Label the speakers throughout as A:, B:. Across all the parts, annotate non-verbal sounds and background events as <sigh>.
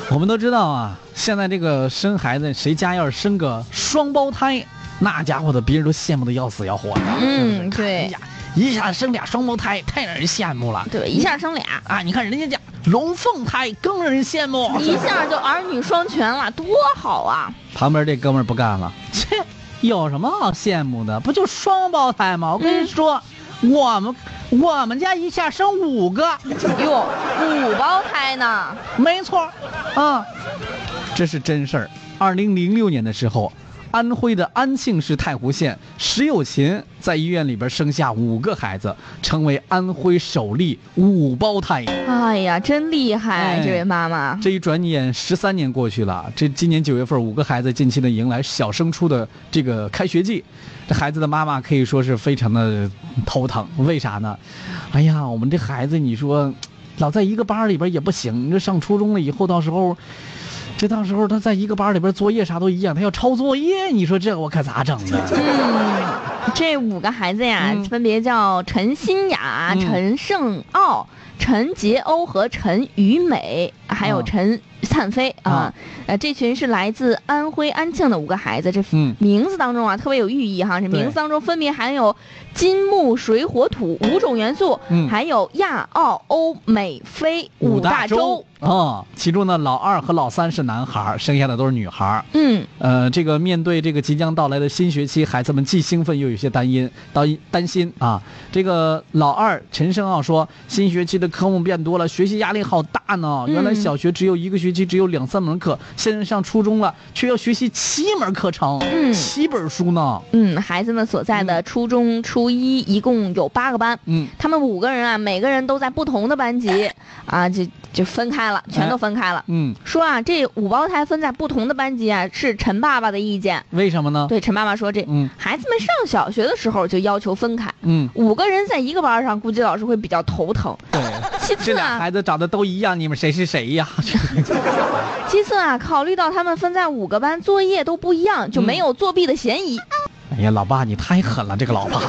A: <laughs> 我们都知道啊，现在这个生孩子，谁家要是生个双胞胎，那家伙的别人都羡慕的要死要活的。
B: 嗯，
A: 哎
B: 对
A: 呀，一下生俩双胞胎，太让人羡慕了。
B: 对，一下生俩，
A: 啊，你看人家家龙凤胎更让人羡慕。
B: 一下就儿女双全了，多好
A: <laughs>
B: 啊！
A: 旁边这哥们儿不干了，切，有什么好羡慕的？不就双胞胎吗？我跟你说，我们我们家一下生五个，
B: 哟，五胞胎呢？
A: 没错，啊，这是真事儿。二零零六年的时候，安徽的安庆市太湖县石有琴在医院里边生下五个孩子，成为安徽首例五胞胎。
B: 哎呀，真厉害，
A: 哎
B: 这位妈妈。
A: 这一转眼十三年过去了，啊这今年九月份，五个孩子近期的迎来小升初的这个开学季，这孩子的妈妈可以说是非常的头疼，为啥呢？哎呀，我们这孩子，你说老在一个班里边也不行，你这上初中了以后，到时候这到时候他在一个班里边作业啥都一样，他要抄作业，你说这我可咋整呢？
B: <laughs> 嗯，这五个孩子呀，
A: 嗯
B: 分别叫陈新雅、
A: 嗯
B: 陈胜傲、陈杰欧和陈于美，还有
A: 啊
B: 陈灿飞啊
A: 啊。
B: 呃，这群是来自安徽安庆的五个孩子，这
A: 嗯
B: <laughs> 名字当中啊特别有寓意哈。这
A: 对
B: 名字当中分别含有金、木、水、火、土五种元素，
A: 嗯
B: 还有亚、澳、欧、美、非五大洲。
A: 啊、其中呢，老二和老三是男孩儿，剩下的都是女孩儿。
B: 嗯，
A: 呃，这个面对这个即将到来的新学期，孩子们既兴奋又有些担心，担担心啊。这个老二陈胜傲说，新学期的科目变多了，学习压力好大呢。原来
B: 嗯
A: 小学只有一个学期只有两三门课，现在上初中了，却要学习七门课程，
B: 嗯
A: 七本书呢。
B: 嗯，孩子们所在的初中、初一一共有八个班，
A: 嗯，
B: 他们五个人啊，每个人都在不同的班 <laughs> 级，啊，就就分开了，全都分开了。
A: 嗯，
B: 说啊，这五胞胎分在不同的班级啊，是陈爸爸的意见。
A: 为什么呢？
B: 对，陈爸爸说这
A: 嗯
B: 孩子们上小学的时候就要求分开，
A: 嗯，
B: 五个人在一个班上，估计老师会比较头
A: <laughs>
B: 疼。
A: 对，
B: 其
A: 这
B: 次
A: 俩
B: <laughs> 啊，
A: 孩子长得都一样，你们谁是谁呀？ <laughs>
B: 其次啊，考虑到他们分在五个班，作业都不一样，就没有作弊的嫌疑，
A: 哎呀，老爸你太狠了，这个老爸。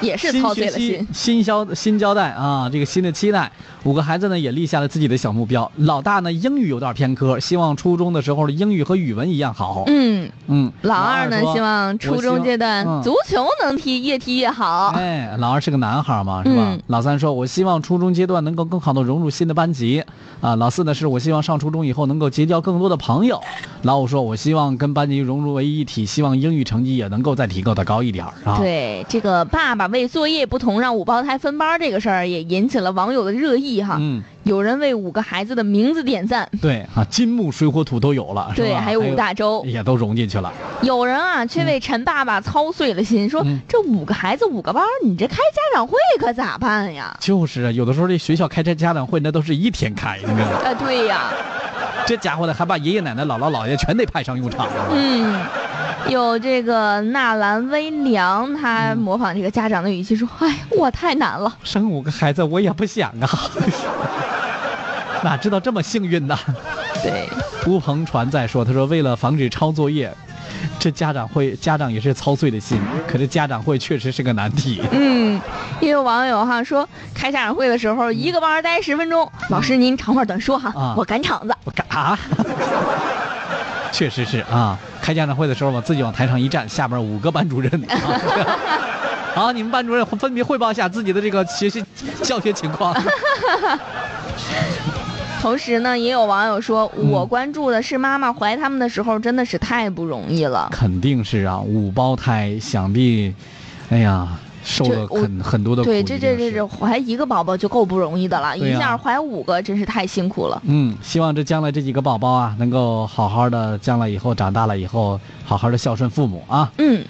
B: 也是
A: 新
B: 操碎
A: 学
B: 了
A: 期
B: 心。
A: 新交新交代啊，这个新的期待，五个孩子呢也立下了自己的小目标。老大呢英语有点偏科，希望初中的时候的英语和语文一样好。
B: 嗯，
A: 嗯，
B: 老二呢，
A: 说
B: 希望初中阶
A: 我
B: 段
A: 希嗯
B: 足球能踢，越踢越好。
A: 哎，老二是个男孩嘛，是吧？
B: 嗯
A: 老三说，我希望初中阶段能够更好的融入新的班级，啊，老四呢是我希望上初中以后能够结交更多的朋友，老五说，我希望跟班级融入为一体，希望英语成绩也能够再提高的高一点儿啊。
B: 对这个爸爸为作业不同让五胞胎分班这个事儿，也引起了网友的热议哈。
A: 嗯，
B: 有人为五个孩子的名字点赞，
A: 对啊，金木水火土都有了，是
B: 对，
A: 吧哎
B: 还有五大洲。
A: 也都融进去了。
B: 有人啊，却为陈爸爸操碎了心，说
A: 嗯
B: 这五个孩子五个班儿，你这开家长会可咋办呀？
A: 就是啊，有的时候这学校开这家长会，那都是一天开，你知 <laughs> 道吗？
B: 啊，对呀，
A: 这家伙的还把爷爷奶奶、姥姥姥爷全得派上用场了。
B: 嗯。有这个纳兰微凉，他
A: 嗯
B: 模仿这个家长的语气说：“哎，我太难了。
A: 生五个孩子我也不想啊， <laughs> 哪知道这么幸运呢？”
B: 对，
A: 乌鹏传在说，他说为了防止抄作业，这家长会家长也是操碎了心，可这家长会确实是个难题。
B: 嗯，也有网友哈说，开家长会的时候，一个班儿待十分钟，老师您长话短说哈，
A: 啊
B: 我赶场子。
A: 我干啊？ <laughs> 确实是啊，开家长会的时候，我自己往台上一站，下边五个班
B: <laughs>
A: 主任。啊好，你们班主任分别汇报一下自己的这个学习教学情
B: <laughs>
A: 况。
B: 同时呢，也有网友说，
A: 嗯
B: 我关注的是妈妈怀他们的时候真的是太不容易了。
A: 肯定是啊，五胞胎想必，哎呀，受
B: 这
A: 了
B: 我
A: 很很多的苦。
B: 对，这这
A: 一定
B: 这
A: 是
B: 这怀一个宝宝就够不容易的了，
A: 对
B: 一
A: 呀
B: 下怀五个真是太辛苦了。
A: 嗯，希望这将来这几个宝宝啊，能够好好的，将来以后长大了以后，好好的孝顺父母啊。
B: 嗯。